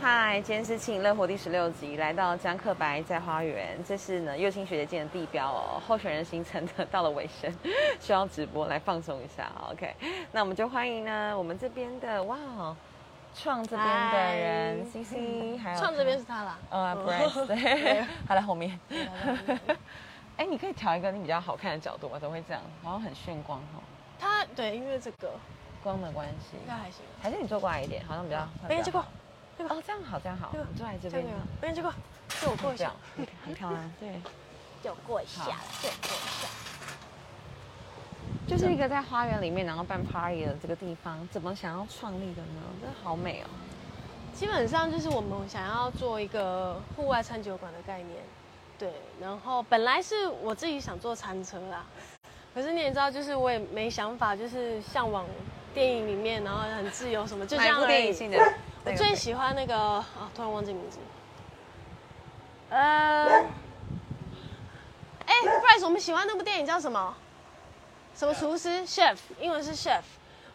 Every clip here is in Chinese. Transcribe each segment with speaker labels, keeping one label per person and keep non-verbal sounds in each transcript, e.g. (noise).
Speaker 1: 嗨，今天是《庆乐活》第十六集，来到江克白在花园，这是呢右青学姐见的地标哦。候选人行程呢到了尾声， (laughs) 需要直播来放松一下。OK，那我们就欢迎呢我们这边的哇哦，创这边的人
Speaker 2: 嗨
Speaker 1: ，C C 还有
Speaker 2: 唱这边是哦
Speaker 1: (laughs)
Speaker 2: 他啦，
Speaker 1: 呃 b r a
Speaker 2: (laughs)
Speaker 1: c 对，他在后面。哎，你可以调一个你比较好看的角度吧，怎么会这样？好像很炫光哈、哦，
Speaker 2: 他对，因为这个
Speaker 1: 光的关系。
Speaker 2: 应该还行。
Speaker 1: 还是你坐过来一点，好像比较。
Speaker 2: 没人接哎过，
Speaker 1: 哦，这样好，这样好，
Speaker 2: 这
Speaker 1: 我
Speaker 2: 个
Speaker 1: 们坐在这
Speaker 2: 这个
Speaker 1: 边
Speaker 2: 没。有，没人接过，借我过一
Speaker 1: 这
Speaker 2: 下
Speaker 1: 样，很漂亮，对，
Speaker 2: 借我过一下
Speaker 1: 好，
Speaker 2: 借我过一下。
Speaker 1: 就是一个在花园里面然后办 party 的这个地方，怎么想要创立的呢？真的好美哦！
Speaker 2: 基本上就是我们想要做一个户外餐酒馆的概念，对。然后本来是我自己想做餐车啦，可是你也知道，就是我也没想法，就是向往电影里面，然后很自由什么，就这
Speaker 1: 哪一
Speaker 2: 样
Speaker 1: 部
Speaker 2: 而
Speaker 1: 电影哎
Speaker 2: 已。
Speaker 1: 性的，
Speaker 2: 我
Speaker 1: 那个
Speaker 2: 最
Speaker 1: 美
Speaker 2: 喜欢那个啊、突然忘记名字。呃，哎，Bryce，我们喜欢那部电影叫什么？什么厨师 chef，英文是 chef，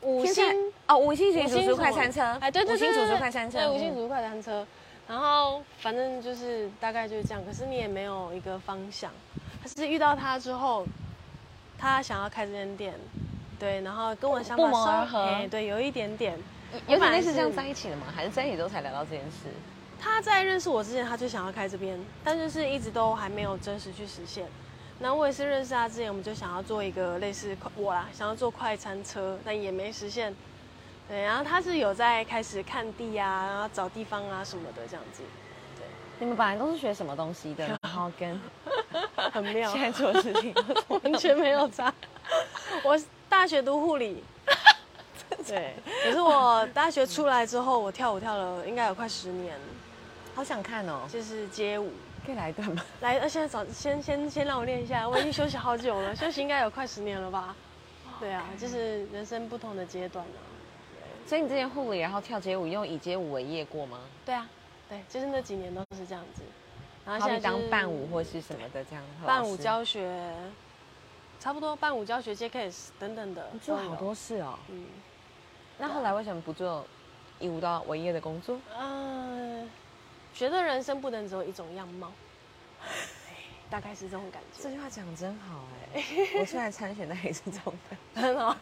Speaker 2: 五
Speaker 1: 天
Speaker 2: 星
Speaker 1: 菜哦，五星
Speaker 2: 五
Speaker 1: 主
Speaker 2: 星
Speaker 1: 厨
Speaker 2: 什
Speaker 1: 快
Speaker 2: 么
Speaker 1: 餐车，
Speaker 2: 哎，对对对，
Speaker 1: 五星
Speaker 2: 对
Speaker 1: 主厨
Speaker 2: 对
Speaker 1: 快餐车，
Speaker 2: 对，五星
Speaker 1: 嗯
Speaker 2: 主厨快餐车。然后反正就是大概就是这样，可是你也没有一个方向。可是遇到他之后，他想要开这间店，对，然后跟我想法
Speaker 1: 不谋而
Speaker 2: 稍
Speaker 1: 合
Speaker 2: 哎对，有一点点。
Speaker 1: 有点类似
Speaker 2: 我本来是
Speaker 1: 这样在一起的吗？还是在一起之后才聊到这件事？
Speaker 2: 他在认识我之前，他就想要开这边，但就是一直都还没有真实去实现。那我也是认识他之前，我们就想要做一个类似快我啦，想要做快餐车，但也没实现。对，然后他是有在开始看地啊，然后找地方啊什么的这样子，
Speaker 1: 你们本来都是学什么东西的？ (laughs) 然后跟
Speaker 2: 很妙
Speaker 1: (laughs) 现，在做的事情，
Speaker 2: 完全没有差。我大学读护理， (laughs) 对，可是我大学出来之后，我跳舞跳了应该有快十年，
Speaker 1: 好想看哦，
Speaker 2: 就是街舞。
Speaker 1: 可以来一段
Speaker 2: (laughs)
Speaker 1: 吗？
Speaker 2: 来，呃，现在早先先先让我练一下，我已经休息好久了，休息应该有快十年了吧？对啊，就是人生不同的阶段啊。
Speaker 1: 所以你之前护理，然后跳街舞，用以街舞为业过吗？
Speaker 2: 对啊，对，就是那几年都是这样子。然
Speaker 1: 好比
Speaker 2: 啊就
Speaker 1: 当
Speaker 2: 是
Speaker 1: 伴舞或是什么的这样？
Speaker 2: 伴舞
Speaker 1: 老师，
Speaker 2: 教学，差不多伴舞教学、接 case 等等的，
Speaker 1: 你做好
Speaker 2: 都有。
Speaker 1: 多事哦。
Speaker 2: 嗯，
Speaker 1: 那后来为什么不做义务到文业的工作？
Speaker 2: 呃，觉得人生不能只有一种样貌，大概是这种感觉。
Speaker 1: 句话讲得真好哎、我出来参选，但也是这种 (laughs)
Speaker 2: (laughs) 很好，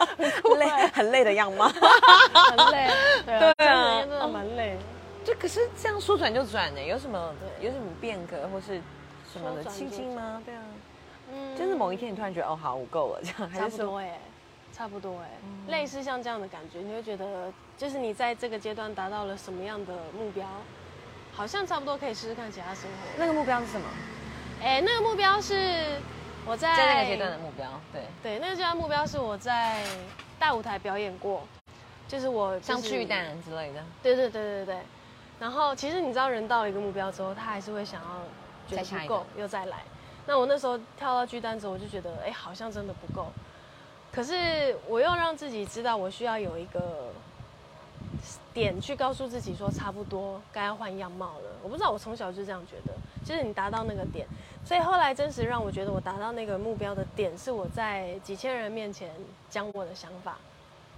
Speaker 1: 很累、很累的 (laughs) 样貌。
Speaker 2: 很累。对啊，
Speaker 1: (laughs) 对啊
Speaker 2: 真的真的蛮累。
Speaker 1: 这可是这样说转就转呢、欸有什么
Speaker 2: 对
Speaker 1: 有什么变革或是什么的
Speaker 2: 说转就
Speaker 1: 契机吗？对啊，
Speaker 2: 嗯
Speaker 1: 就是某一天你突然觉得哦好，我够了这样，
Speaker 2: 差
Speaker 1: 还
Speaker 2: 不
Speaker 1: 是
Speaker 2: 多
Speaker 1: 说嗯
Speaker 2: 哎、差不多哎、 (laughs) 类似像这样的感觉，你会觉得就是你在这个阶段达到了什么样的目标，好像差不多可以试试看其他生活。
Speaker 1: 那个目标是什么？
Speaker 2: 哎、那个目标是我在
Speaker 1: 在那个阶段的目标，对，
Speaker 2: 对那个阶段目标是我在大舞台表演过，就是我、就是、
Speaker 1: 像巨蛋之类的，
Speaker 2: 对对对对对。然后其实你知道，人到了一个目标之后，他还是会想要
Speaker 1: 再
Speaker 2: 觉
Speaker 1: 下
Speaker 2: 得
Speaker 1: 一
Speaker 2: 不
Speaker 1: 个
Speaker 2: 够，又再来。那我那时候跳到巨蛋之后，我就觉得，哎，好像真的不够。可是我又让自己知道，我需要有一个点去告诉自己说，差不多该要换样貌了。我不知道，我从小就这样觉得，就是你达到那个点。所以后来真实让我觉得我达到那个目标的点，是我在几千人面前讲我的想法。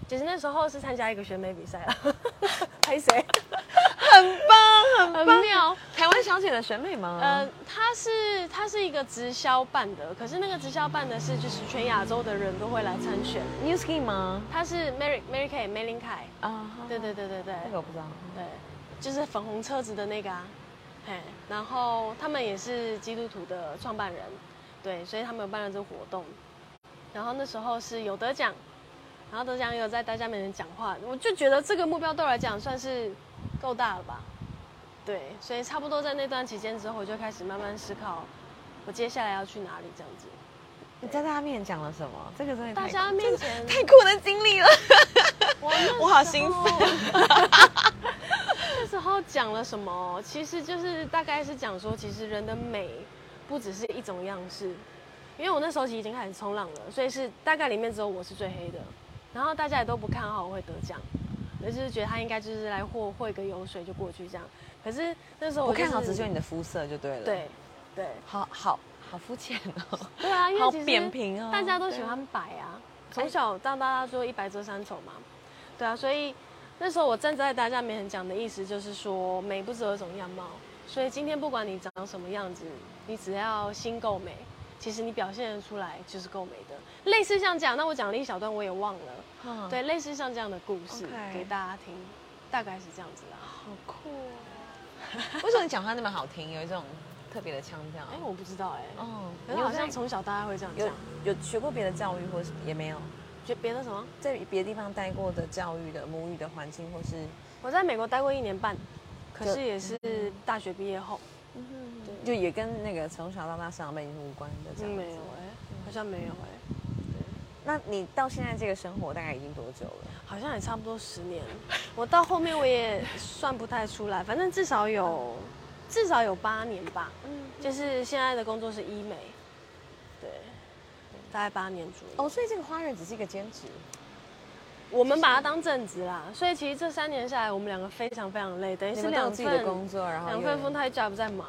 Speaker 2: 其实那时候是参加一个选美比赛了， (laughs) 拍谁？
Speaker 1: 棒，
Speaker 2: 很
Speaker 1: 棒
Speaker 2: 妙。
Speaker 1: 台湾小姐的选美吗？
Speaker 2: 呃，它是它是一个直销办的，可是那个直销办的是就是全亚洲的人都会来参选。
Speaker 1: New Skin 吗？
Speaker 2: 它是 Mary Mary Kay 梅林凯，
Speaker 1: 啊，
Speaker 2: 对对对对对
Speaker 1: 那个我不知道。
Speaker 2: 对，就是粉红车子的那个啊，嘿，然后他们也是基督徒的创办人，对，所以他们有办了这个活动。然后那时候是有得奖，然后得奖也有在大家面前讲话，我就觉得这个目标对我来讲算是够大了吧。对，所以差不多在那段期间之后，我就开始慢慢思考，我接下来要去哪里这样子。
Speaker 1: 你在大家面前讲了什么？这个真的
Speaker 2: 大
Speaker 1: 太
Speaker 2: 家
Speaker 1: 酷
Speaker 2: 面前，
Speaker 1: 太酷的经历了。
Speaker 2: 我那时候
Speaker 1: 我好兴奋。
Speaker 2: (laughs) 那时候讲了什么？其实就是大概是讲说，其实人的美不只是一种样式。因为我那时候其实已经开始冲浪了，所以是大概里面只有我是最黑的，然后大家也都不看好我会得奖，也就是觉得他应该就是来获获一个油水就过去这样。可是那时候
Speaker 1: 我
Speaker 2: (laughs) 我、就是、
Speaker 1: 看好只是你的肤色就对了。
Speaker 2: 对，对
Speaker 1: 好好好肤浅哦。
Speaker 2: 对啊，因
Speaker 1: 好
Speaker 2: 为其实
Speaker 1: 扁平哦
Speaker 2: 大哎家都喜欢白啊，从小到大家说一白遮三丑嘛，对啊，所以那时候我站在大家面前讲的意思就是说，美不只有一种样貌，所以今天不管你长什么样子，你只要心够美，其实你表现得出来就是够美的。类似像这样，那我讲了一小段，我也忘了。
Speaker 1: 嗯，
Speaker 2: 对，类似像这样的故事
Speaker 1: OK
Speaker 2: 给大家听，大概是这样子啦。
Speaker 1: 好酷、哦。 (laughs) 为什么你讲话那么好听，有一种特别的腔调？
Speaker 2: 哎、我不知道哎、
Speaker 1: 哦，
Speaker 2: 可是好像
Speaker 1: 在
Speaker 2: 从小大家会这样
Speaker 1: 有
Speaker 2: 讲，
Speaker 1: 有学过别的教育，或是也没有
Speaker 2: 就别的什么。
Speaker 1: 在别的地方待过的教育的母语的环境，或是
Speaker 2: 我在美国待过一年半，可
Speaker 1: 就是嗯
Speaker 2: 也是大学毕业后，嗯对
Speaker 1: 就也跟那个从小到大生长背景无关的这样子。
Speaker 2: 没有哎、好像没有哎、
Speaker 1: 那你到现在这个生活大概已经多久了？
Speaker 2: 好像也差不多十年。我到后面我也算不太出来，反正至少有至少有八年吧。
Speaker 1: 嗯，
Speaker 2: 就是现在的工作是医美，对，大概八年左右。
Speaker 1: 哦，所以这个花园只是一个兼职。
Speaker 2: 我们把它当正职啦，所以其实这三年下来，我们两个非常非常累，等于
Speaker 1: 你
Speaker 2: 是
Speaker 1: 们都有
Speaker 2: 两
Speaker 1: 自己的
Speaker 2: 份
Speaker 1: 工作，然后
Speaker 2: 两
Speaker 1: 又
Speaker 2: 份 full time job 在忙，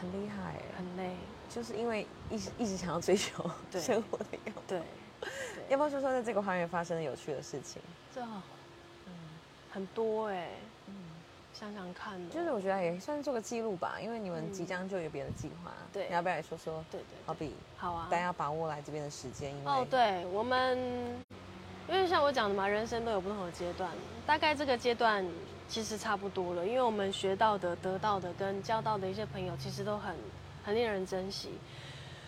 Speaker 1: 很厉害欸耶，
Speaker 2: 很累。
Speaker 1: 就是因为一直一直想要追求
Speaker 2: 对
Speaker 1: 生活的样貌。
Speaker 2: 对，
Speaker 1: 要不要说说在这个花园发生的有趣的哦事情？
Speaker 2: 这好嗯很多哎、想想看哦，
Speaker 1: 就是我觉得也算是做个记录吧，因为你们
Speaker 2: 嗯
Speaker 1: 即将就有别的计划。
Speaker 2: 对
Speaker 1: 你要不要来说说？
Speaker 2: 对对对
Speaker 1: 好比
Speaker 2: 好啊
Speaker 1: 大。家要把握来这边的时间，因为
Speaker 2: 哦，，对，我们因为像我讲的嘛，人生都有不同的阶段，大概这个阶段其实差不多了，因为我们学到的、得到的跟交到的一些朋友，其实都很很令人珍惜。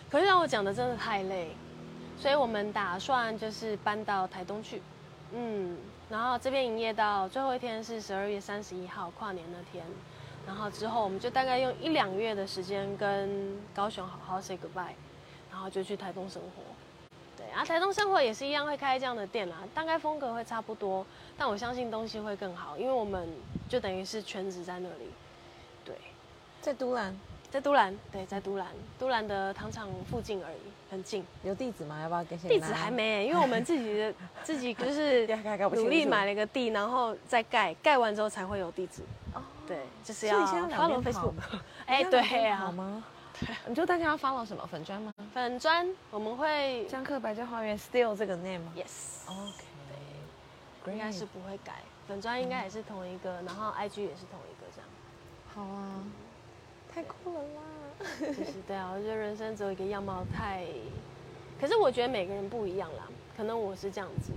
Speaker 2: 可是让我讲的真的太累，所以我们打算就是搬到台东去，嗯，然后这边营业到最后一天是十二月三十一号跨年那天，然后之后我们就大概用一两个月的时间跟高雄好好 say goodbye，然后就去台东生活。对啊，台东生活也是一样会开这样的店啦，大概风格会差不多，但我相信东西会更好，因为我们就等于是全职在那里。对，
Speaker 1: 在都兰
Speaker 2: 在都兰，对，在都兰，都兰的糖厂附近而已，很近。
Speaker 1: 有地址吗？要不要跟现在
Speaker 2: 地址还？没、因为我们自己
Speaker 1: (laughs)
Speaker 2: 的自己就是
Speaker 1: 要搞搞不清
Speaker 2: 努
Speaker 1: 楚
Speaker 2: 力买了一个地，然后再盖，盖完之后才会有地址。
Speaker 1: 哦
Speaker 2: 对，就是
Speaker 1: 所以
Speaker 2: 要
Speaker 1: 你现在两
Speaker 2: follow
Speaker 1: 边
Speaker 2: Facebook
Speaker 1: 跑。
Speaker 2: (laughs) 哎，对
Speaker 1: 好
Speaker 2: 啊，
Speaker 1: 吗？你说大家要 follow 什么粉砖吗？
Speaker 2: 粉砖我们会
Speaker 1: 江克白家花园 still 这个 name 吗
Speaker 2: yes，
Speaker 1: ？OK，
Speaker 2: 应该是
Speaker 1: great
Speaker 2: 不会改，粉砖应该也是同一个，然后 IG 也是同一个这样。
Speaker 1: (laughs) 好啊，太酷了啦！
Speaker 2: 就是对啊，我觉得人生只有一个样貌太，可是我觉得每个人不一样啦。可能我是这样子，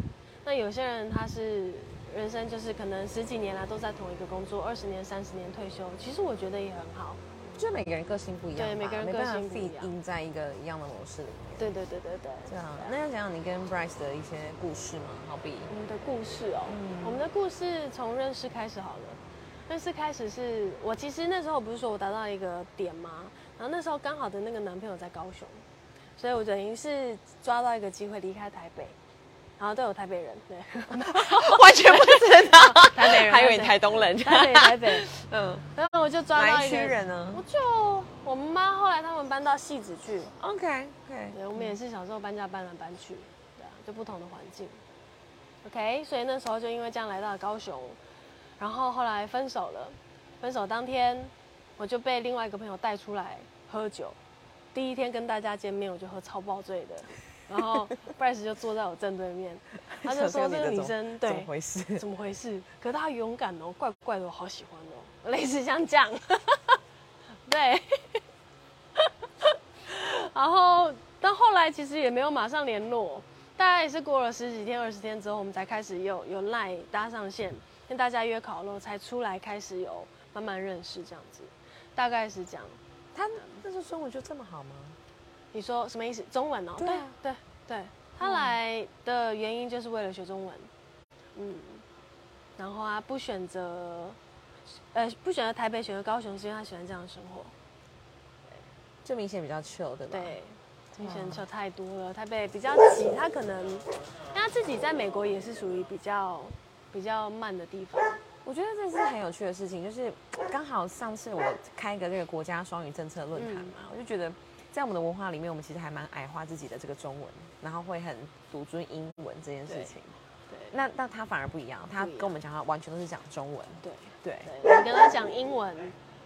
Speaker 2: 那有些人他是人生就是可能十几年来都在同一个工作，二十年、三十年退休，其实我觉得也很好。
Speaker 1: 就是每个人个性不一样吧，
Speaker 2: 对每个人
Speaker 1: 没办法
Speaker 2: 个性不一
Speaker 1: fit
Speaker 2: 样
Speaker 1: in 在一个一样的模式里面。
Speaker 2: 对对对对对，
Speaker 1: 对啊，那要讲讲你跟 Bryce 的一些故事吗？好
Speaker 2: (laughs)
Speaker 1: 比
Speaker 2: 我们的故事哦，我们的故事从认识开始好了。认识开始是我其实那时候不是说我达到一个点吗？然后那时候刚好的那个男朋友在高雄，所以我等于是抓到一个机会离开台北，然后都有台北人，对， (laughs)
Speaker 1: 完全不知道，
Speaker 2: 台北人
Speaker 1: 还以为你台东人。
Speaker 2: 台北嗯台北，
Speaker 1: (laughs) 嗯，
Speaker 2: 然后我就抓
Speaker 1: (laughs)
Speaker 2: 到
Speaker 1: 哪
Speaker 2: 一
Speaker 1: 一
Speaker 2: 个
Speaker 1: 区，人呢
Speaker 2: 我就我妈后来他们搬到戏子去，
Speaker 1: ？OK OK，
Speaker 2: 对，我们也是小时候搬家搬来搬去，对啊，就不同的环境。OK，所以那时候就因为这样来到了高雄，然后后来分手了。分手当天，我就被另外一个朋友带出来喝酒。第一天跟大家见面，我就喝超爆醉的，然后 Bryce 就坐在我正对面，他
Speaker 1: (laughs)
Speaker 2: 就说这个女生
Speaker 1: 怎么
Speaker 2: 对
Speaker 1: 回
Speaker 2: (laughs)
Speaker 1: 事？
Speaker 2: 怎么回事？可是她勇敢哦，怪怪的，我好喜欢哦，类似像这样，对。然后，但后来其实也没有马上联络，大概也是过了十几天、二十天之后，我们才开始有有赖搭上线，跟大家约烤肉，才出来开始有慢慢认识这样子，大概是这样。
Speaker 1: 他那时候中文就这么好吗？
Speaker 2: 你说什么意思？中文哦？
Speaker 1: 对啊
Speaker 2: 对对对，他来的原因就是为了学中文，嗯，然后啊，不选择，呃，不选择台北，选择高雄，是因为他喜欢这样的生活。
Speaker 1: 就明显比较 chill，对吧？
Speaker 2: 对，竞选球太多了，台北比较挤，他可能，因为他自己在美国也是属于比较比较慢的地方。
Speaker 1: 我觉得这是很有趣的事情，就是刚好上次我开一个这个国家双语政策论坛
Speaker 2: 嗯
Speaker 1: 嘛，我就觉得在我们的文化里面，我们其实还蛮矮化自己的这个中文，然后会很独尊英文这件事情。
Speaker 2: 对
Speaker 1: 那那他反而不一样，他
Speaker 2: 不一样
Speaker 1: 跟我们讲话完全都是讲中文。
Speaker 2: 对
Speaker 1: 对，
Speaker 2: 对，你跟他讲英文，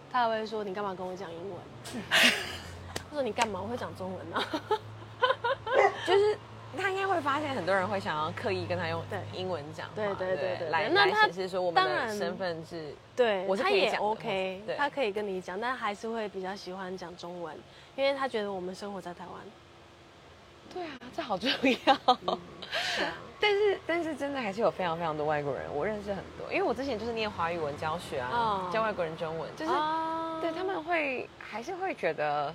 Speaker 2: 他还会说你干嘛跟我讲英啊文？他说你干嘛我会讲中文呢、
Speaker 1: 就是他应该会发现很多人会想要刻意跟他用
Speaker 2: 对
Speaker 1: 英文讲话，
Speaker 2: 对对对
Speaker 1: 不
Speaker 2: 对对
Speaker 1: 来
Speaker 2: 那
Speaker 1: 来
Speaker 2: 他
Speaker 1: 显示说我们
Speaker 2: 当然
Speaker 1: 的身份是，
Speaker 2: 对，
Speaker 1: 我是
Speaker 2: 他
Speaker 1: 可以
Speaker 2: 也
Speaker 1: 讲的
Speaker 2: OK，
Speaker 1: 对
Speaker 2: 他可以跟你讲，但还是会比较喜欢讲中文，因为他觉得我们生活在台湾。
Speaker 1: 对啊，这好重 (laughs) 要。
Speaker 2: 是啊，
Speaker 1: 但是但是真的还是有非常非常多外国人，我认识很多，因为我之前就是念华语文教学啊，
Speaker 2: 哦
Speaker 1: 教外国人中文，就是、
Speaker 2: 啊
Speaker 1: 对他们会还是会觉得，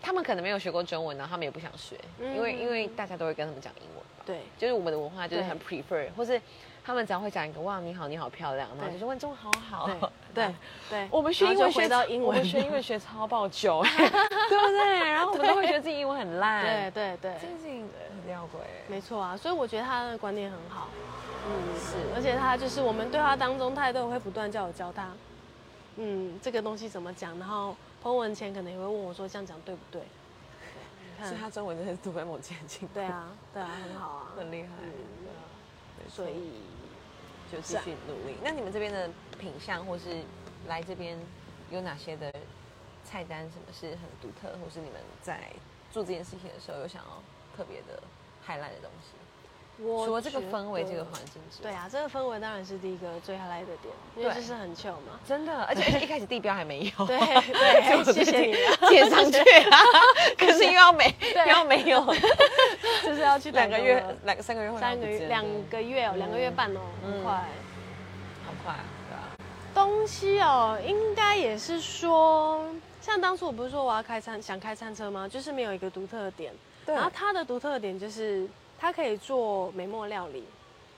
Speaker 1: 他们可能没有学过中文，然后他们也不想学，因为
Speaker 2: 嗯
Speaker 1: 因为大家都会跟他们讲英文吧，
Speaker 2: 对
Speaker 1: 就是我们的文化就是很 prefer，或是他们只要会讲一个哇你好你好漂亮，然后
Speaker 2: 对
Speaker 1: 就说哇你中文好
Speaker 2: 对
Speaker 1: 哦好。 (laughs)
Speaker 2: 对对，
Speaker 1: 我们学英
Speaker 2: 然
Speaker 1: 文
Speaker 2: 后就
Speaker 1: 学
Speaker 2: 回到英文，
Speaker 1: 我们学英文学超爆
Speaker 2: (laughs)
Speaker 1: 久， (laughs) 哎对不对？然后我们都会觉得自己英文很烂
Speaker 2: 对，对对，
Speaker 1: 这件事情很吊诡，
Speaker 2: 没错啊，所以我觉得他的观念很好，嗯，
Speaker 1: 是
Speaker 2: 而且他就是我们对话当中，他都会不断叫我教他，嗯，这个东西怎么讲，然后 Po 文前可能也会问我说这样讲对不对？对
Speaker 1: 所
Speaker 2: 你
Speaker 1: 以
Speaker 2: 看，
Speaker 1: 他中文真的是突飞猛进的进步，
Speaker 2: 对啊，对啊，很好啊，
Speaker 1: 很厉害。
Speaker 2: 嗯
Speaker 1: 对啊没错啊
Speaker 2: 所以
Speaker 1: 就继续努力。那你们这边的品相或是来这边有哪些的菜单，什么是很独特，或是你们在做这件事情的时候有想要特别的 highlight 的东西？
Speaker 2: 我
Speaker 1: 除了这个
Speaker 2: 觉
Speaker 1: 氛围、
Speaker 2: 得
Speaker 1: 这个环境之外，
Speaker 2: 对啊，这个氛围当然是第一个最 highlight 的点，因为
Speaker 1: 对
Speaker 2: 就是很 chill
Speaker 1: (laughs)
Speaker 2: 嘛。
Speaker 1: 真的，而且而且一开始地标还没有， (laughs)
Speaker 2: 对
Speaker 1: 所以我
Speaker 2: 对，
Speaker 1: 就
Speaker 2: 谢谢你啊，
Speaker 1: 贴上去 (laughs) 啊，可是又要没，又要没有，
Speaker 2: 就是要去
Speaker 1: 两个月
Speaker 2: 广州了、
Speaker 1: 两三个月会
Speaker 2: 三个月、两个月哦，两个月半哦，
Speaker 1: 嗯
Speaker 2: 很快。
Speaker 1: 好快，对啊，
Speaker 2: 东西哦，应该也是说，像当初我不是说我要开餐，想开餐车吗？就是没有一个独特的点。
Speaker 1: 对
Speaker 2: 然后它的独特的点就是它可以做美墨料理，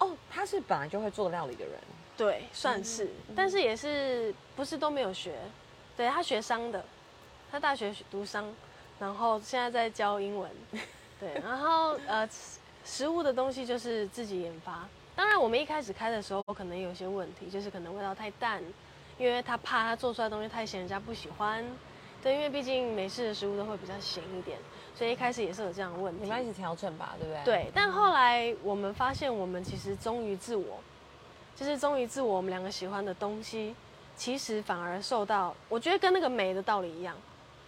Speaker 1: 哦，他是本来就会做料理的人，
Speaker 2: 对，算是，但是也是不是都没有学，对他学商的，他大学读商，然后现在在教英文，对，然后呃，吃食物的东西就是自己研发。当然，我们一开始开的时候可能有些问题，就是可能味道太淡，因为他怕他做出来的东西太咸，人家不喜欢。对，因为毕竟美式的食物都会比较咸一点，所以一开始也是有这样的问题。
Speaker 1: 你们要一起调整吧，对不对？
Speaker 2: 对，但后来我们发现，我们其实忠于自我，就是忠于自我。我们两个喜欢的东西，其实反而受到，我觉得跟那个美的道理一样，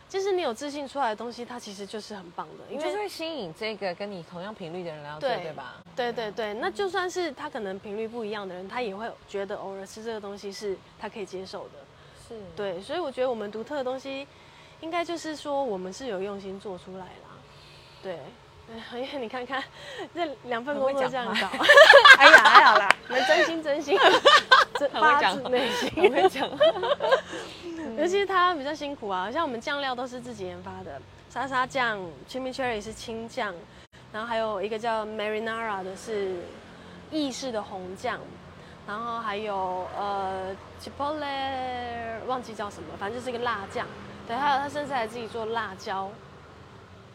Speaker 2: 就是你有自信出来的东西，它其实就是很棒的。因
Speaker 1: 你就是
Speaker 2: 为
Speaker 1: 会吸引这个跟你同样频率的人来到这
Speaker 2: 对
Speaker 1: 对吧？
Speaker 2: 对对对，那就算是他可能频率不一样的人，他也会觉得偶尔吃这个东西是他可以接受的。
Speaker 1: 是，
Speaker 2: 对，所以我觉得我们独特的东西，应该就是说我们是有用心做出来啦。对，因为你看看这两份
Speaker 1: 很会
Speaker 2: 工作
Speaker 1: 讲
Speaker 2: 这样
Speaker 1: 话
Speaker 2: 搞，哎呀，还好啦， (laughs) 我们真心真心，这
Speaker 1: (laughs) 很会
Speaker 2: 发
Speaker 1: 讲
Speaker 2: 自
Speaker 1: 话
Speaker 2: 内心。
Speaker 1: 我会讲，
Speaker 2: 尤其是它比较辛苦啊，像我们酱料都是自己研发的，沙沙酱、chimichurri 是青酱，然后还有一个叫 marinara 的是意式的红酱，然后还有呃 chipotle 忘记叫什么，反正就是一个辣酱，对，还有他甚至还自己做辣椒，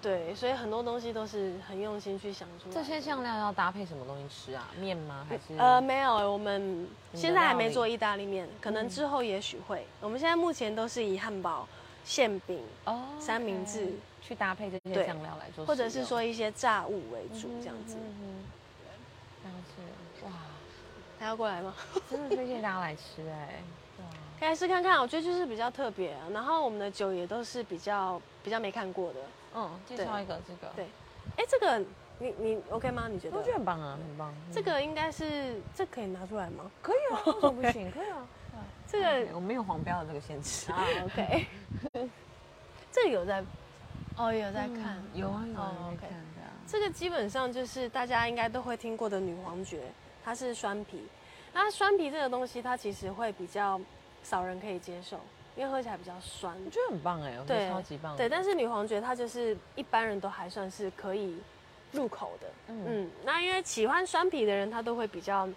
Speaker 2: 对，所以很多东西都是很用心去想出来的。
Speaker 1: 这些酱料要搭配什么东西吃啊？面吗？还是
Speaker 2: 呃，没有，我们现在还没做
Speaker 1: 料
Speaker 2: 意大利面，可能之后也许会。我们现在目前都是以汉堡、馅饼
Speaker 1: 哦
Speaker 2: 三明治
Speaker 1: OK，去搭配这些
Speaker 2: 对
Speaker 1: 酱料来做使用，
Speaker 2: 或者是说一些炸物为主这样子。
Speaker 1: 嗯哼嗯哼了解， (laughs) 哇，
Speaker 2: 他要过来吗？
Speaker 1: 真的推荐大家来吃哎，哇，
Speaker 2: (laughs) 可以来试看看，我觉得就是比较特别啊、然后我们的酒也都是比较比较没看过的。
Speaker 1: 嗯，介绍一个这个，
Speaker 2: 对哎，这个你你 OK 吗？你觉
Speaker 1: 我觉得
Speaker 2: 得？
Speaker 1: 很棒啊，很棒，
Speaker 2: 这个应该是这可以拿出来吗？
Speaker 1: 可以啊，为什么不行？可以啊，
Speaker 2: 这个
Speaker 1: 对我没有黄标的这个限制，
Speaker 2: 啊
Speaker 1: (laughs)
Speaker 2: OK，这个有在哦有在看。
Speaker 1: 嗯有啊有啊
Speaker 2: 哦
Speaker 1: 有在
Speaker 2: OK
Speaker 1: 看的啊，
Speaker 2: 这个基本上就是大家应该都会听过的女皇蕨，它是酸皮。那酸皮这个东西，它其实会比较少人可以接受，因为喝起来比较酸。
Speaker 1: 我觉得很棒哎，我觉得
Speaker 2: 对，
Speaker 1: 超级棒，
Speaker 2: 对，但是女皇蕨它就是一般人都还算是可以入口的。
Speaker 1: 嗯，
Speaker 2: 嗯，那因为喜欢酸皮的人，他都会比较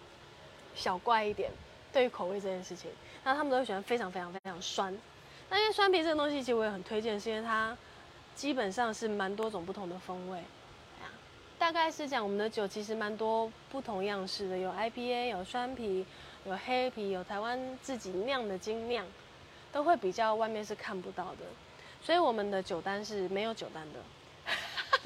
Speaker 2: 小怪一点，对于口味这件事情，那他们都会喜欢非常非常非常酸。那因为酸皮这个东西，其实我也很推荐，是因为它基本上是蛮多种不同的风味。哎呀大概是讲我们的酒其实蛮多不同样式的，有 IPA，有酸啤，有黑啤，有台湾自己酿的精酿，都会比较外面是看不到的。所以我们的酒单是没有酒单
Speaker 1: (laughs)
Speaker 2: 的，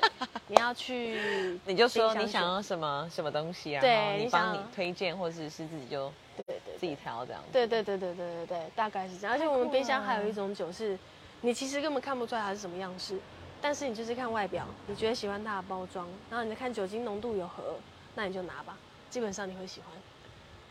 Speaker 2: 对你要去
Speaker 1: 你就说
Speaker 2: 冰箱
Speaker 1: 你想
Speaker 2: 选
Speaker 1: 要什么什么东西啊，
Speaker 2: 对
Speaker 1: 然后你
Speaker 2: 你
Speaker 1: 帮
Speaker 2: 想
Speaker 1: 你
Speaker 2: 要
Speaker 1: 推荐，或者是自己就
Speaker 2: 对对
Speaker 1: 自己挑这样子。
Speaker 2: 对对对对对对对，大概是这样。而且我们冰箱还有一种酒是，你其实根本看不出来它是什么样式，但是你就是看外表，你觉得喜欢它的包装，然后你再看酒精浓度有何，那你就拿吧，基本上你会喜欢。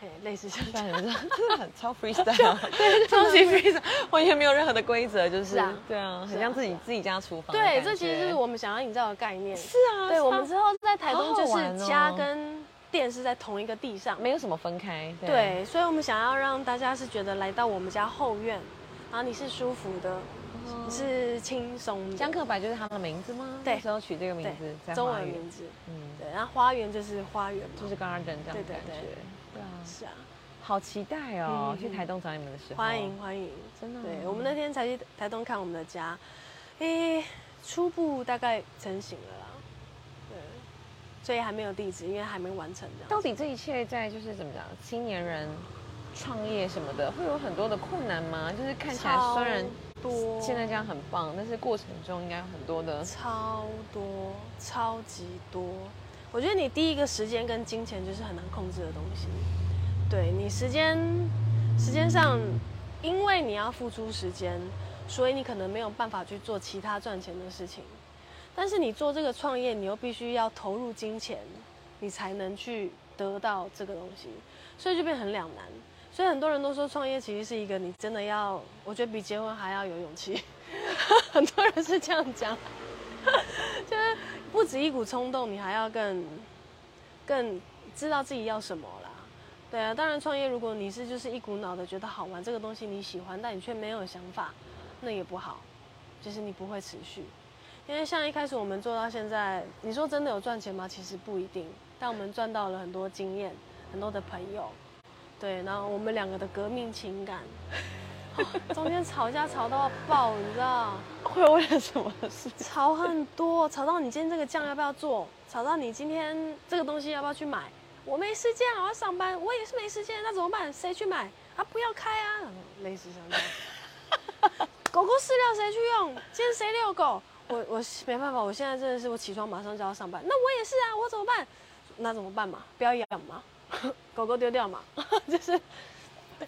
Speaker 2: 哎，类似像这
Speaker 1: 但
Speaker 2: 样，
Speaker 1: 你 (laughs) 真的
Speaker 2: (laughs)
Speaker 1: 很超 freestyle，对，超级 freestyle，完全没有任何的规则，就是
Speaker 2: 是啊
Speaker 1: 对啊，很
Speaker 2: 是啊
Speaker 1: 像自己
Speaker 2: 是啊
Speaker 1: 自己家厨房的感
Speaker 2: 对，
Speaker 1: 觉。
Speaker 2: 这其实是我们想要营造的概念。
Speaker 1: 是啊，
Speaker 2: 对，
Speaker 1: 超
Speaker 2: 我们之后在台东就
Speaker 1: 好好玩
Speaker 2: 是
Speaker 1: 哦
Speaker 2: 家跟店是在同一个地上，
Speaker 1: 没有什么分开，
Speaker 2: 对，所以我们想要让大家是觉得来到我们家后院，然后你是舒服的，
Speaker 1: 嗯
Speaker 2: 你是轻松的，
Speaker 1: 江克白就是他的名字吗？
Speaker 2: 对
Speaker 1: 那时候取这个名
Speaker 2: 对
Speaker 1: 字，在
Speaker 2: 中
Speaker 1: 花
Speaker 2: 文
Speaker 1: 园，
Speaker 2: 名字，
Speaker 1: 嗯，
Speaker 2: 对，然后花园就是花园嘛，
Speaker 1: 就是 garden 这样的
Speaker 2: 对对
Speaker 1: 感觉
Speaker 2: 对，
Speaker 1: 对啊，
Speaker 2: 是啊，
Speaker 1: 好期待哦，
Speaker 2: 嗯
Speaker 1: 去台东找你们的时候，
Speaker 2: 欢迎，欢迎，
Speaker 1: 真的，
Speaker 2: 对我们那天才去台东看我们的家，诶，初步大概成型了啦，对，所以还没有地址，因为还没完成这样。
Speaker 1: 到底这一切在就是怎么讲，青年人创业什么的，会有很多的困难吗？就是看起来
Speaker 2: 超
Speaker 1: 虽然
Speaker 2: 多，
Speaker 1: 现在这样很棒，但是过程中应该有很多的， (laughs)
Speaker 2: 超多，超级多。我觉得你第一个时间跟金钱就是很难控制的东西。对你时间，时间上，因为你要付出时间，所以你可能没有办法去做其他赚钱的事情。但是你做这个创业，你又必须要投入金钱，你才能去得到这个东西，所以就变很两难。所以很多人都说创业其实是一个你真的要，我觉得比结婚还要有勇气。 (laughs) 很多人是这样讲，就是不止一股冲动，你还要更更知道自己要什么啦。对啊，当然创业，如果你是就是一股脑的觉得好玩这个东西你喜欢，但你却没有想法，那也不好，就是你不会持续。因为像一开始我们做到现在，你说真的有赚钱吗？其实不一定，但我们赚到了很多经验，很多的朋友，对，然后我们两个的革命情感， (laughs) 哦中间吵架吵到爆，你知道？
Speaker 1: 会为了什么事情？
Speaker 2: 吵很多，吵到你今天这个酱要不要做，吵到你今天这个东西要不要去买，我没时间，我要上班，我也是没时间，那怎么办？谁去买？啊，不要开啊，类似像这样。狗狗饲料谁去用？今天谁遛狗？我我没办法，我现在真的是我起床马上就要上班，那我也是啊，我怎么办？那怎么办嘛？不要养嘛， (laughs) 狗狗丢掉嘛， (laughs) 就是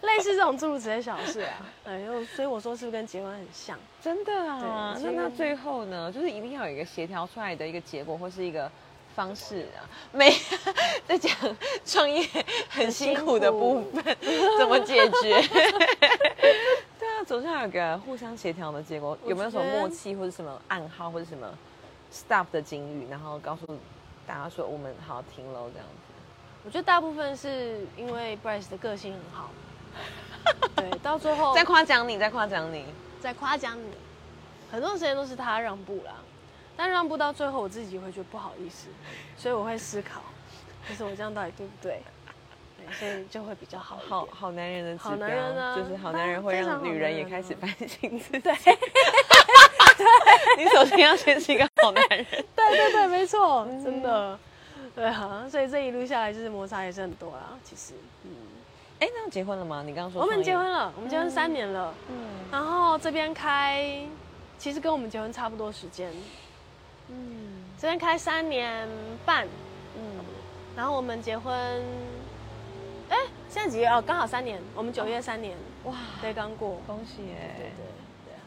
Speaker 2: 类似这种诸如此类小事啊。哎呦，所以我说是不是跟结婚很像？
Speaker 1: 真的啊，
Speaker 2: 对
Speaker 1: 那
Speaker 2: 所以
Speaker 1: 那
Speaker 2: 我
Speaker 1: 最后呢，就是一定要有一个协调出来的一个结果或是一个方式啊。没 (laughs) 在讲创业很辛苦的部分，怎么解决？
Speaker 2: (laughs)
Speaker 1: 对啊，总是要有个互相协调的结果。
Speaker 2: 我
Speaker 1: 有没有什么
Speaker 2: 觉得
Speaker 1: 默契或者什么暗号或者什么 stop 的警语，然后告诉大家说我们好停喽这样子？
Speaker 2: 我觉得大部分是因为 Bryce 的个性很
Speaker 1: (laughs)
Speaker 2: 好，对，到最后
Speaker 1: 再夸奖你，再夸奖你，
Speaker 2: 在夸奖你，很多时间都是他让步啦，但让步到最后我自己会觉得不好意思，所以我会思考，就是我这样到底对不对？对，所以就会比较好一
Speaker 1: 好
Speaker 2: 点。
Speaker 1: 好男人的指
Speaker 2: 好男人
Speaker 1: 标
Speaker 2: 啊
Speaker 1: 就是好男人会
Speaker 2: 非常
Speaker 1: 让
Speaker 2: 好
Speaker 1: 女
Speaker 2: 男
Speaker 1: 人也
Speaker 2: 人
Speaker 1: 开始
Speaker 2: 啊
Speaker 1: 反省自己。
Speaker 2: 对
Speaker 1: 你首先要先是一个好男人。
Speaker 2: 对 (laughs) 对对，没错，
Speaker 1: 嗯
Speaker 2: 真的，对啊，所以这一路下来就是摩擦也是很多啦。其实
Speaker 1: 哎，那结婚了吗？你刚刚说
Speaker 2: 我们
Speaker 1: 创业
Speaker 2: 结婚，了，我们结婚三年了。
Speaker 1: 嗯
Speaker 2: 然后这边开，其实跟我们结婚差不多时间，
Speaker 1: 嗯
Speaker 2: 这边开三年半，
Speaker 1: 嗯，
Speaker 2: 然后我们结婚，哎，现在几月？哦，刚好三年，我们九月三年，
Speaker 1: 哇，
Speaker 2: 对，刚过，
Speaker 1: 恭喜
Speaker 2: 对
Speaker 1: 哎！
Speaker 2: 对对啊。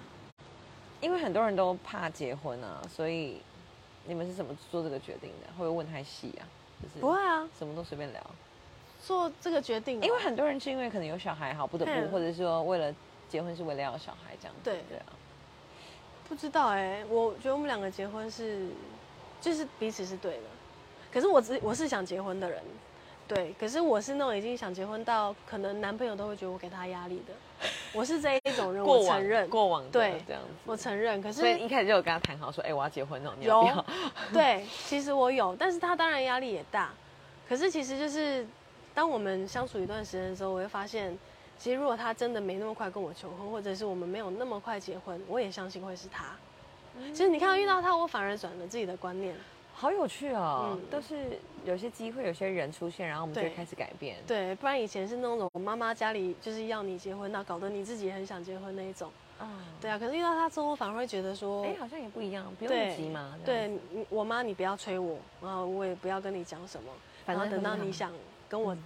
Speaker 1: 因为很多人都怕结婚啊，所以你们是怎么做这个决定的？会不会问太细啊？就是
Speaker 2: 不会啊，
Speaker 1: 什么都随便聊，
Speaker 2: 做这个决定啊，
Speaker 1: 因为很多人是因为可能有小孩好不得不，
Speaker 2: 嗯
Speaker 1: 或者说为了结婚是为了要有小孩这样子。
Speaker 2: 对
Speaker 1: 对啊，
Speaker 2: 不知道哎、我觉得我们两个结婚是，就是彼此是对的。可是我只我是想结婚的人，对，可是我是那种已经想结婚到可能男朋友都会觉得我给他压力的，我是这一种人，我
Speaker 1: 过往
Speaker 2: 承认，
Speaker 1: 过往的
Speaker 2: 对
Speaker 1: 这样子，
Speaker 2: 我承认。可是
Speaker 1: 所以一开始就有跟他谈好说，哎，我要结婚哦，你要不
Speaker 2: 有
Speaker 1: 要？，
Speaker 2: (laughs) 对，其实我有，但是他当然压力也大。可是其实就是，当我们相处一段时间的时候，我会发现，其实如果他真的没那么快跟我求婚，或者是我们没有那么快结婚，我也相信会是他。其实你看到遇到他，我反而转了自己的观念。
Speaker 1: (laughs) 好有趣哦！
Speaker 2: 嗯
Speaker 1: 都是有些机会，有些人出现，然后我们就
Speaker 2: 对
Speaker 1: 会开始改变。
Speaker 2: 对，不然以前是那种妈妈家里就是要你结婚，那搞得你自己也很想结婚那一种。
Speaker 1: 啊，
Speaker 2: 对啊，可是遇到他之后，我反而会觉得说，
Speaker 1: 哎、好像也不一样，不用那么
Speaker 2: 对
Speaker 1: 急嘛。这
Speaker 2: 对
Speaker 1: 样子，
Speaker 2: 你我妈，你不要催我，然后我也不要跟你讲什么，
Speaker 1: 反
Speaker 2: 然后
Speaker 1: 正嗯
Speaker 2: 等
Speaker 1: 会
Speaker 2: 到
Speaker 1: 这
Speaker 2: 你
Speaker 1: 样
Speaker 2: 想跟我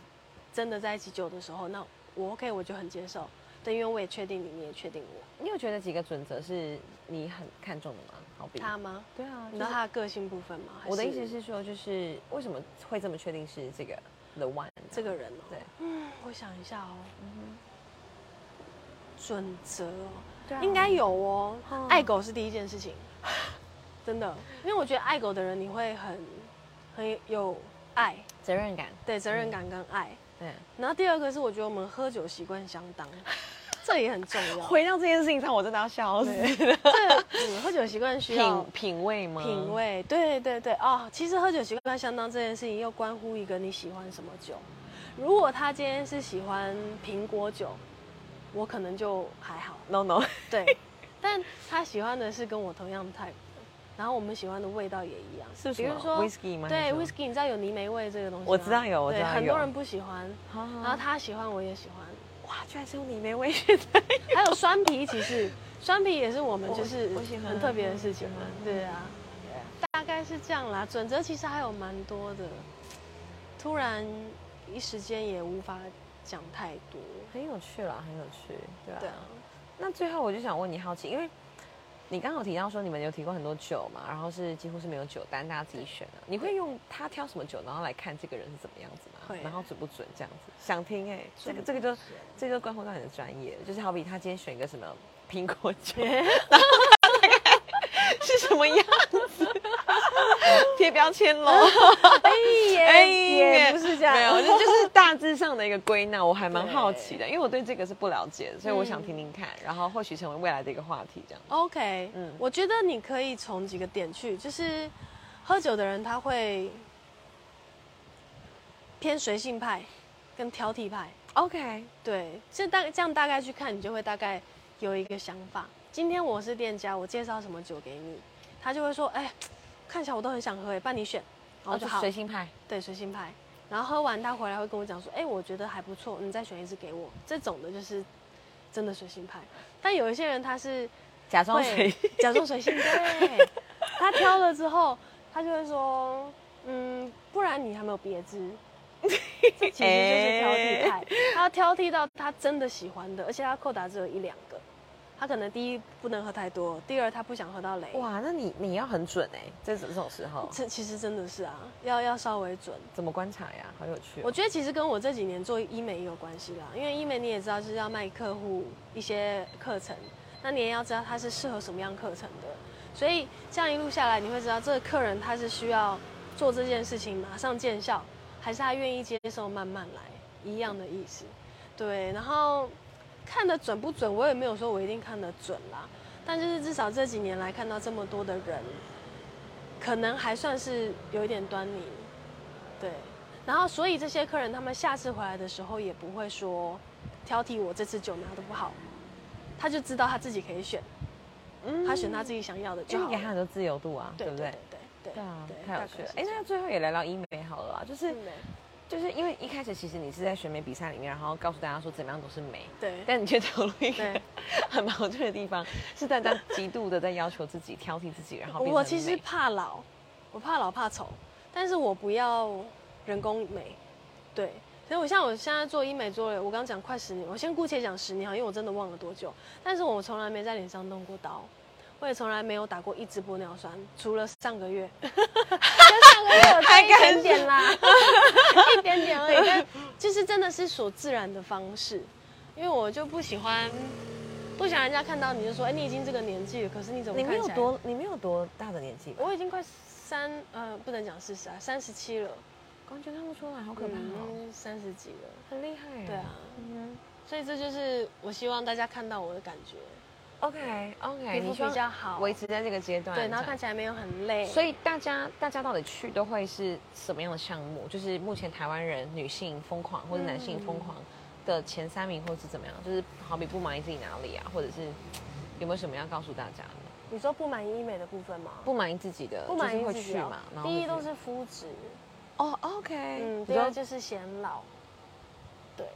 Speaker 2: 真的在一起久的时候，那我 OK，我就很接受。对，因为我也确定你，你也确定我。
Speaker 1: 你有觉得几个准则是你很看重的吗？好比
Speaker 2: 他吗？
Speaker 1: 对啊，
Speaker 2: 你
Speaker 1: 就是
Speaker 2: 知道他的个性部分吗？还
Speaker 1: 我的意思是说，就是为什么会这么确定是这个 the one 呢
Speaker 2: 这个人哦、
Speaker 1: 对嗯
Speaker 2: 嗯，我想一下哦、准则哦、
Speaker 1: 对啊
Speaker 2: 应该有哦、
Speaker 1: 嗯
Speaker 2: 爱狗是第一件
Speaker 1: (laughs)
Speaker 2: 事情，真的，因为我觉得爱狗的人你会很很有爱，
Speaker 1: 责任感？
Speaker 2: 对责
Speaker 1: 嗯
Speaker 2: 任感跟爱。
Speaker 1: 对，
Speaker 2: 然后第二个是我觉得我们喝酒习惯相当，这也很重要。
Speaker 1: 回到这件事情上，我真的要笑死。 (laughs)
Speaker 2: 这嗯喝酒习惯需要
Speaker 1: 品品味吗？
Speaker 2: 品。味，对对对哦。其实喝酒习惯相当这件事情，又关乎一个你喜欢什么酒。如果他今天是喜欢苹果酒，我可能就还好，
Speaker 1: No no， (laughs)
Speaker 2: 对。但他喜欢的是跟我同样 type，的然后我们喜欢的味道也一样，
Speaker 1: 是
Speaker 2: 比
Speaker 1: 什么
Speaker 2: 如说
Speaker 1: whisky 吗还
Speaker 2: 对
Speaker 1: 是
Speaker 2: ，whisky，你知道有泥煤味这个东西吗
Speaker 1: 我知道有我知
Speaker 2: 对，
Speaker 1: 道
Speaker 2: 很
Speaker 1: 有嗯
Speaker 2: 多人不喜欢，然
Speaker 1: 然
Speaker 2: 后他喜欢，我也喜欢，
Speaker 1: 哇，居然是用里面味觉的，
Speaker 2: (laughs) 还有酸啤，其实酸啤也是我们
Speaker 1: 我
Speaker 2: 就是
Speaker 1: 我喜欢嗯
Speaker 2: 很特别的事情嘛
Speaker 1: 我喜，欢
Speaker 2: 对啊。大概是这样啦，准则其实还有蛮多的，突然一时间也无法讲太多。
Speaker 1: 很有趣啦，很有趣，对吧？
Speaker 2: 对啊，
Speaker 1: 那最后我就想问你，好奇，因为你刚好提到说你们有提供很多酒嘛，然后是几乎是没有酒单，大家自己选的。你会用他挑什么酒，然后来看这个人是怎么样子吗？
Speaker 2: 会
Speaker 1: 然后准不准这样子？想听哎、这
Speaker 2: 准
Speaker 1: 个这个就这个就关乎到你的专业，就是好比他今天选一个什么苹果
Speaker 2: (laughs)
Speaker 1: 酒， (laughs) 然后他大概是什么样子？ (laughs) 贴标签喽。
Speaker 2: 哎也
Speaker 1: 哎，
Speaker 2: 也不是这样，
Speaker 1: 没有， (laughs) 就就是大致上的一个归纳，我还蛮
Speaker 2: 对
Speaker 1: 好奇的，因为我对嗯这个是不了解的，所以我想听听看，然后或许成为未来的一个话题，这样。
Speaker 2: OK，
Speaker 1: 嗯
Speaker 2: 我觉得你可以从几个点去，就是喝酒的人他会偏随性派跟挑剔派，
Speaker 1: OK，
Speaker 2: 对，这大这样大概去看，你就会大概有一个想法。今天我是店家，我介绍什么酒给你，他就会说，哎，看起来我都很想喝，哎，帮你选，然
Speaker 1: 哦，
Speaker 2: 后我
Speaker 1: 就
Speaker 2: 就好，
Speaker 1: 随性派，
Speaker 2: 对，随性派。然后喝完他回来会跟我讲说，哎，我觉得还不错，你再选一支给我。这种的就是真的随性派，但有一些人他是
Speaker 1: 假装
Speaker 2: 会
Speaker 1: 随，
Speaker 2: 假装随性，对，他挑了之后，他就会说，嗯，不然你还没有别支，这其实就是挑剔
Speaker 1: 哎
Speaker 2: 派，他挑剔到他真的喜欢的，而且他扣打只有一两个，他可能第一不能喝太多，第二他不想喝到雷，哇，
Speaker 1: 哇，那你你要很准哎，这这种时候
Speaker 2: 这其实真的是啊，要要稍微准。
Speaker 1: 怎么观察呀？好有趣哦。
Speaker 2: 我觉得其实跟我这几年做医美也有关系啦，因为医美你也知道，就是要卖客户一些课程，那你也要知道他是适合什么样课程的，所以这样一路下来，你会知道这个客人他是需要做这件事情马上见效，还是他愿意接受慢慢来，一样的意思。对，然后看得准不准，我也没有说我一定看得准啦，但就是至少这几年来看到这么多的人，可能还算是有一点端倪，对。然后，所以这些客人他们下次回来的时候也不会说挑剔我这次酒拿的不好，他就知道他自己可以选，
Speaker 1: 嗯
Speaker 2: 他选他自己想要的就
Speaker 1: 就
Speaker 2: 好
Speaker 1: 给
Speaker 2: 了。
Speaker 1: 他很多自由度啊，
Speaker 2: 对
Speaker 1: 对不对？
Speaker 2: 对对
Speaker 1: 对啊
Speaker 2: 对，，
Speaker 1: 太
Speaker 2: 大
Speaker 1: 有
Speaker 2: 概
Speaker 1: 趣了
Speaker 2: 是。这
Speaker 1: 哎，
Speaker 2: 样
Speaker 1: 那最后也聊聊医美好了啊，就是
Speaker 2: 嗯
Speaker 1: 就是因为一开始其实你是在选美比赛里面，然后告诉大家说怎么样都是美，
Speaker 2: 对对
Speaker 1: 但你却透露一个
Speaker 2: 对
Speaker 1: 很矛盾的地方，是大家极度的在要求自己、挑剔自己，然后变成
Speaker 2: 我其实
Speaker 1: 美
Speaker 2: 怕老，我怕老怕丑，但是我不要人工美，对。所以我像我现在做医美做了，我刚讲快十年，我先姑且讲十年好，因为我真的忘了多久。但是我从来没在脸上动过刀，我也从来没有打过一支玻尿酸，除了上
Speaker 1: (laughs)
Speaker 2: 个月，就上个月有打一点点啦， (laughs) 一点点而已。但就是真的是所自然的方式，因为我就不喜欢，不想人家看到你就说，哎、你已经这个年纪了，可是你怎么
Speaker 1: 你
Speaker 2: 看
Speaker 1: 没
Speaker 2: 起来
Speaker 1: 有多，你没有多大的年纪吧？
Speaker 2: 我已经快三呃，不能讲四十啊，三十七了，
Speaker 1: 完全看不出来，好可怕哦，
Speaker 2: 嗯，三十几了，
Speaker 1: 很厉害。
Speaker 2: 对啊，，
Speaker 1: 嗯
Speaker 2: 所以这就是我希望大家看到我的感觉，
Speaker 1: ，OK
Speaker 2: 皮
Speaker 1: OK，
Speaker 2: 肤
Speaker 1: 希望
Speaker 2: 比较好，
Speaker 1: 维持在这个阶段，
Speaker 2: 对，然后
Speaker 1: 这
Speaker 2: 看
Speaker 1: 样
Speaker 2: 起来没有很累，
Speaker 1: 所
Speaker 2: 以
Speaker 1: 以大家大家到底去都会是什么样的项目？就是目前台湾人女性疯狂或者男性
Speaker 2: 嗯
Speaker 1: 疯狂的前三名，或是怎么样？就是好比不满意自己哪里啊，或者是有没有什么要告诉大家的？
Speaker 2: 你说不满意医美的部分吗？
Speaker 1: 不满意自己的，
Speaker 2: 不满意
Speaker 1: 就是
Speaker 2: 自
Speaker 1: 会
Speaker 2: 己
Speaker 1: 去嘛
Speaker 2: 哦。
Speaker 1: 然后
Speaker 2: 第一
Speaker 1: 就
Speaker 2: 都是肤质，
Speaker 1: 哦，OK，啊
Speaker 2: 嗯，
Speaker 1: 你
Speaker 2: 第二
Speaker 1: 说
Speaker 2: 就是显老，对。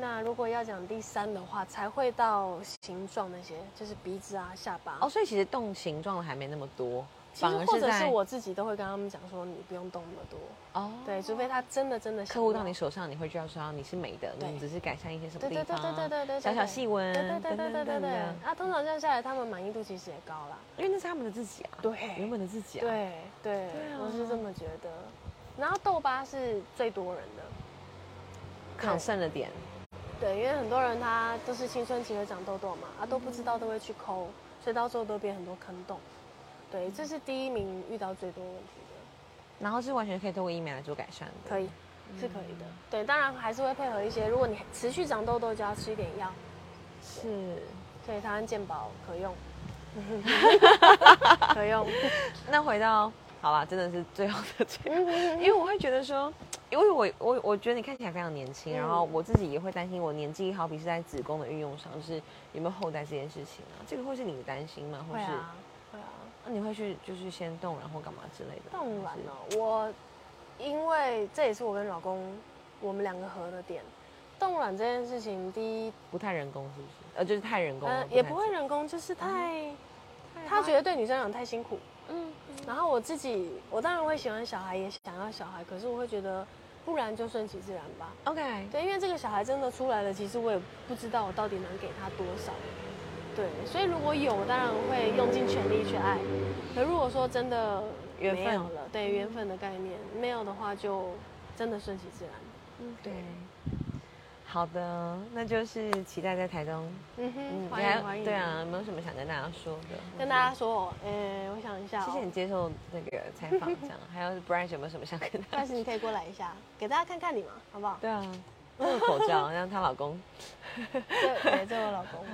Speaker 2: 那如果要讲第三的话，才会到形状那些，就是鼻子啊、下巴。
Speaker 1: 哦哦，所以其实动形状的还没那么多，
Speaker 2: 其
Speaker 1: 反
Speaker 2: 实
Speaker 1: 而
Speaker 2: 或
Speaker 1: 是
Speaker 2: 者是
Speaker 1: 在
Speaker 2: 我自己都会跟他们讲说，你不用动那么多，
Speaker 1: 哦，
Speaker 2: 对，除非他真的真的想
Speaker 1: 客户到
Speaker 2: 要
Speaker 1: 你手上，你会知道说你是美的，
Speaker 2: 对
Speaker 1: 你只是改善一些什么
Speaker 2: 对
Speaker 1: 地
Speaker 2: 对
Speaker 1: 方，
Speaker 2: 对对对对对，
Speaker 1: 小小
Speaker 2: 对
Speaker 1: 细纹，
Speaker 2: 对对对对对
Speaker 1: 等
Speaker 2: 对
Speaker 1: 等等
Speaker 2: 对
Speaker 1: 等的，
Speaker 2: 啊，通常这样下来，他们满意度其实也高啦。
Speaker 1: 因为那是他们的自己啊，原
Speaker 2: 对，
Speaker 1: 本的自己啊，，
Speaker 2: 对对
Speaker 1: 啊，
Speaker 2: 我是这么觉得。然后痘疤是最多人的，
Speaker 1: 抗胜了点，
Speaker 2: 对，因为很多人他都是青春期会长痘痘嘛，啊都不知
Speaker 1: 嗯
Speaker 2: 道都会去抠，所以到最后都变很多坑洞。对，这是第一名遇到最多问题的，
Speaker 1: 然后是完全可以透过医美来做改善的，
Speaker 2: 可以，
Speaker 1: 嗯
Speaker 2: 是可以的。对，当然还是会配合一些，如果你持续长痘痘就要吃一点药，
Speaker 1: 是。
Speaker 2: 所以台湾健保
Speaker 1: (laughs)
Speaker 2: 可用， (laughs) 可用。
Speaker 1: 那回到好啦，真的是最后的 (laughs) 最后，因为我会觉得说，因为我我我觉得你看起来非常年轻，
Speaker 2: 嗯
Speaker 1: 然后我自己也会担心我年纪好比是在子宫的运用上，就是有没有后代这件事情啊，这个会是你的担心吗？或
Speaker 2: 会
Speaker 1: 是、
Speaker 2: 啊，会啊。
Speaker 1: 那你会去就是先冻然后干嘛之类的？
Speaker 2: 当然
Speaker 1: 还是
Speaker 2: 了，我因为这也是我跟老公我们两个合的点。冻卵这件事情，第一，
Speaker 1: 不太人工是不是？呃，就是太人工了，
Speaker 2: 呃，也
Speaker 1: 太嗯
Speaker 2: 不会
Speaker 1: 自
Speaker 2: 人工，就是太，
Speaker 1: 太
Speaker 2: 他
Speaker 1: 花
Speaker 2: 觉得对女生来讲太辛苦。
Speaker 1: 嗯
Speaker 2: 然后我自己，我当然会喜欢小孩，也想要小孩，可是我会觉得，不然就顺其自然吧。
Speaker 1: ，OK，
Speaker 2: 对，因为这个小孩真的出来了，其实我也不知道我到底能给他多少。对，所以如果有，当然会用尽全力去爱。可如果说真的
Speaker 1: 缘
Speaker 2: 没
Speaker 1: 分
Speaker 2: 有了，对缘分的概念没有的话，就真的顺其自然。
Speaker 1: 嗯对
Speaker 2: 对。
Speaker 1: 好的，那就是期待在台中。
Speaker 2: 嗯哼，欢
Speaker 1: 你还
Speaker 2: 迎欢迎。
Speaker 1: 对，啊，有没有什么想跟大家说的？
Speaker 2: 跟
Speaker 1: 家。
Speaker 2: 大家说，呃、我想一下、
Speaker 1: 谢谢你
Speaker 2: 哦，
Speaker 1: 接受那个采访，这样还有 Brian 有没有什么想跟他
Speaker 2: 但？是你可以过来一下，给大家看看你嘛，好不好？
Speaker 1: 对啊，那个口罩，让她老
Speaker 2: (laughs)
Speaker 1: 公
Speaker 3: (laughs)
Speaker 2: 这对，这我老公。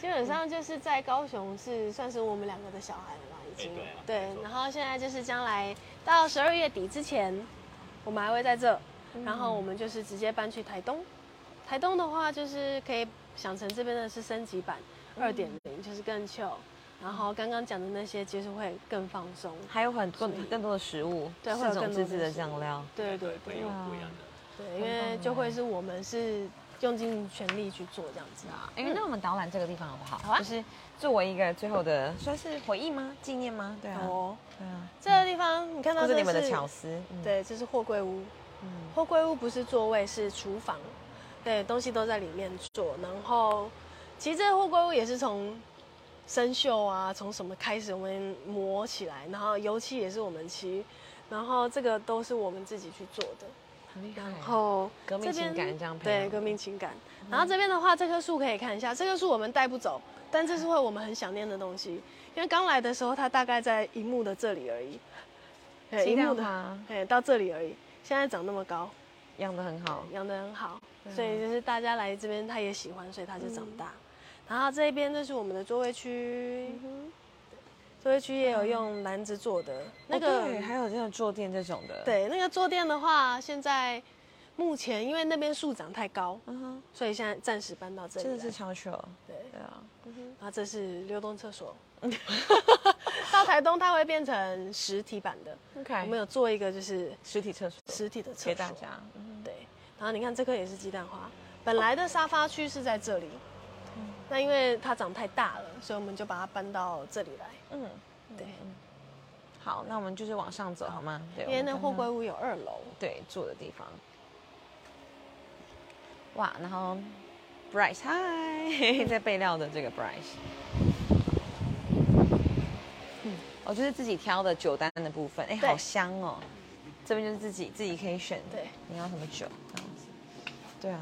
Speaker 2: 基本上就是在高雄是算是我们两个的小孩了吧，已经、
Speaker 3: 哎对啊
Speaker 2: 对
Speaker 3: 没错。
Speaker 2: 然后现在就是将来到十二月底之前，我们还会在这，
Speaker 3: 嗯
Speaker 2: 然后我们就是直接搬去台东。台东的话，就是可以想成这边的是升级版
Speaker 3: 嗯
Speaker 2: 二点零，就是更 chill。然后刚刚讲的那些，就是会更放松。
Speaker 1: 还有很多
Speaker 2: 所以
Speaker 1: 更多的食物，
Speaker 2: 对会
Speaker 1: 四
Speaker 2: 有
Speaker 1: 种
Speaker 2: 更多
Speaker 1: 自制
Speaker 2: 的
Speaker 1: 的
Speaker 2: 食
Speaker 1: 酱
Speaker 2: 物
Speaker 1: 料。
Speaker 2: 对对
Speaker 3: 不
Speaker 2: 对
Speaker 3: 会有
Speaker 1: 嗯
Speaker 3: 不一样的。
Speaker 2: 对，因为就会是我们是用尽全力去做这样子啊。
Speaker 1: 哎，那我们导览这个地方好不好？
Speaker 2: 好啊
Speaker 1: 就是作为一个最后的，算是回忆吗？纪念吗？对啊，
Speaker 2: 哦，
Speaker 1: 对啊，
Speaker 2: 这个地方你看
Speaker 1: 或
Speaker 2: 到
Speaker 1: 者
Speaker 2: 这
Speaker 1: 你们的
Speaker 2: 是
Speaker 1: 巧思，嗯，
Speaker 2: 对，这是货柜屋。
Speaker 1: 嗯
Speaker 2: 货柜屋不是座位，是厨房，对，东西都在里面做。然后，其实这个货柜屋也是从生锈啊，从什么开始我们磨起来，然后油漆也是我们漆，然后这个都是我们自己去做的。
Speaker 1: 很厉
Speaker 2: 然
Speaker 1: 害。
Speaker 2: 后
Speaker 1: 嗯革命
Speaker 2: 这边
Speaker 1: 情感这样嗯培
Speaker 2: 对
Speaker 1: 养
Speaker 2: 革命情感。然后这边的话，这棵树可以看一下，这棵树我们带不走，但这是会我们很想念的东西，因为刚来的时候它大概在荧幕的这里而已，对
Speaker 1: 期
Speaker 2: 荧
Speaker 1: 待
Speaker 2: 幕的
Speaker 1: 吗？
Speaker 2: 哎，到这里而已。现在长那么高，
Speaker 1: 养的很好，
Speaker 2: 养得很好，
Speaker 1: 对啊
Speaker 2: 所以就是大家来这边，他也喜欢，所以他就长大。
Speaker 1: 嗯
Speaker 2: 然后这边就是我们的座位区，座位区也有用篮子做的。
Speaker 1: 那
Speaker 2: 那个、
Speaker 1: 个哦还有这种坐垫这种的，，
Speaker 2: 对那个坐垫的话，现在目前因为那边树长太高，
Speaker 1: 嗯哼，
Speaker 2: 所以现在暂时搬到这里
Speaker 1: 真的
Speaker 2: 来。
Speaker 1: 是超 chill，
Speaker 2: 对，
Speaker 1: 对啊，
Speaker 2: 然后这是流动
Speaker 1: (laughs)
Speaker 2: 厕所。到台东它会变成实体版的，
Speaker 1: ，OK，
Speaker 2: 我们有做一个就是
Speaker 1: 实体厕所
Speaker 2: 实体的厕所
Speaker 1: 哎给大家，嗯
Speaker 2: 对，然后你看这颗也是鸡蛋花，本来的沙发区是在这里，
Speaker 1: 嗯
Speaker 2: 那因为它长太大了，所以我们就把它搬到这里来。
Speaker 1: 嗯。
Speaker 2: 对，
Speaker 1: 好，那我们就是往上走好吗？对，
Speaker 2: 因为那
Speaker 1: 我们
Speaker 2: 货
Speaker 1: 刚
Speaker 2: 柜
Speaker 1: 刚
Speaker 2: 屋有二楼，
Speaker 1: 对住的地方。哇，然后 Bryce 嗨， (laughs) 在备料的这个 Bryce，嗯，我、就是自己挑的酒单的部分，哎，
Speaker 2: 对
Speaker 1: 好香哦。这边就是自己自己可以选，
Speaker 2: 对，
Speaker 1: 你要什么酒这样子。对啊，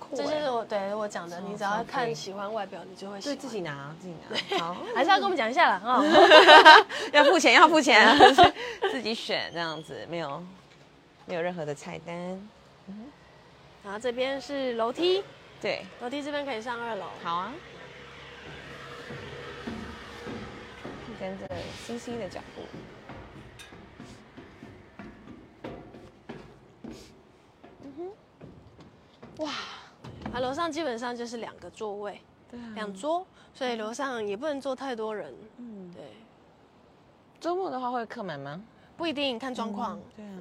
Speaker 1: 酷
Speaker 2: 这
Speaker 1: 哎
Speaker 2: 就是我对我讲的，
Speaker 1: 超
Speaker 2: 你只要
Speaker 1: 超可以
Speaker 2: 看喜欢外表，你就会
Speaker 1: 嗯
Speaker 2: 喜
Speaker 1: 对
Speaker 2: 欢。
Speaker 1: 自己拿自己拿，好， (laughs)
Speaker 2: 还是要跟我们讲一下啦哈。
Speaker 1: 要付钱要付钱， (laughs) 自己选这样子，没有没有任何的菜单，
Speaker 2: 然后这边是楼梯，
Speaker 1: 对，
Speaker 2: 楼梯这边可以上二楼。
Speaker 1: 好啊，跟着星星的脚步。
Speaker 2: 啊，楼上基本上就是两个座位，
Speaker 1: 对
Speaker 2: 两桌，所以楼上也不能坐太多人。
Speaker 1: 嗯，
Speaker 2: 对，
Speaker 1: 周末的话会客满吗？
Speaker 2: 不一定看状况。
Speaker 1: 对啊，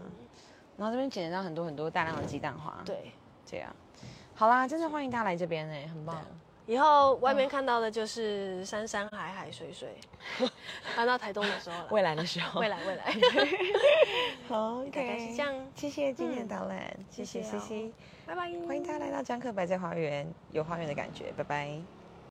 Speaker 1: 然后这边捡得到很多很多大量的鸡蛋花。
Speaker 2: 对，
Speaker 1: 对啊，好啦，真的欢迎大家来这边哎、很棒。
Speaker 2: 对以后外面看到的就是山山海海水水， (laughs) 搬到台东的时
Speaker 1: (laughs)
Speaker 2: 候了，
Speaker 1: 未来的时候，
Speaker 2: (laughs) 未来未来，
Speaker 1: 好，OK，
Speaker 2: 大概是这样嗯
Speaker 1: 谢谢今天的导览，谢谢
Speaker 2: 谢
Speaker 1: 西
Speaker 2: 谢哦
Speaker 1: 西，
Speaker 2: 拜拜，
Speaker 1: 欢迎大家来到江克白在花园，有花园的感觉，拜拜。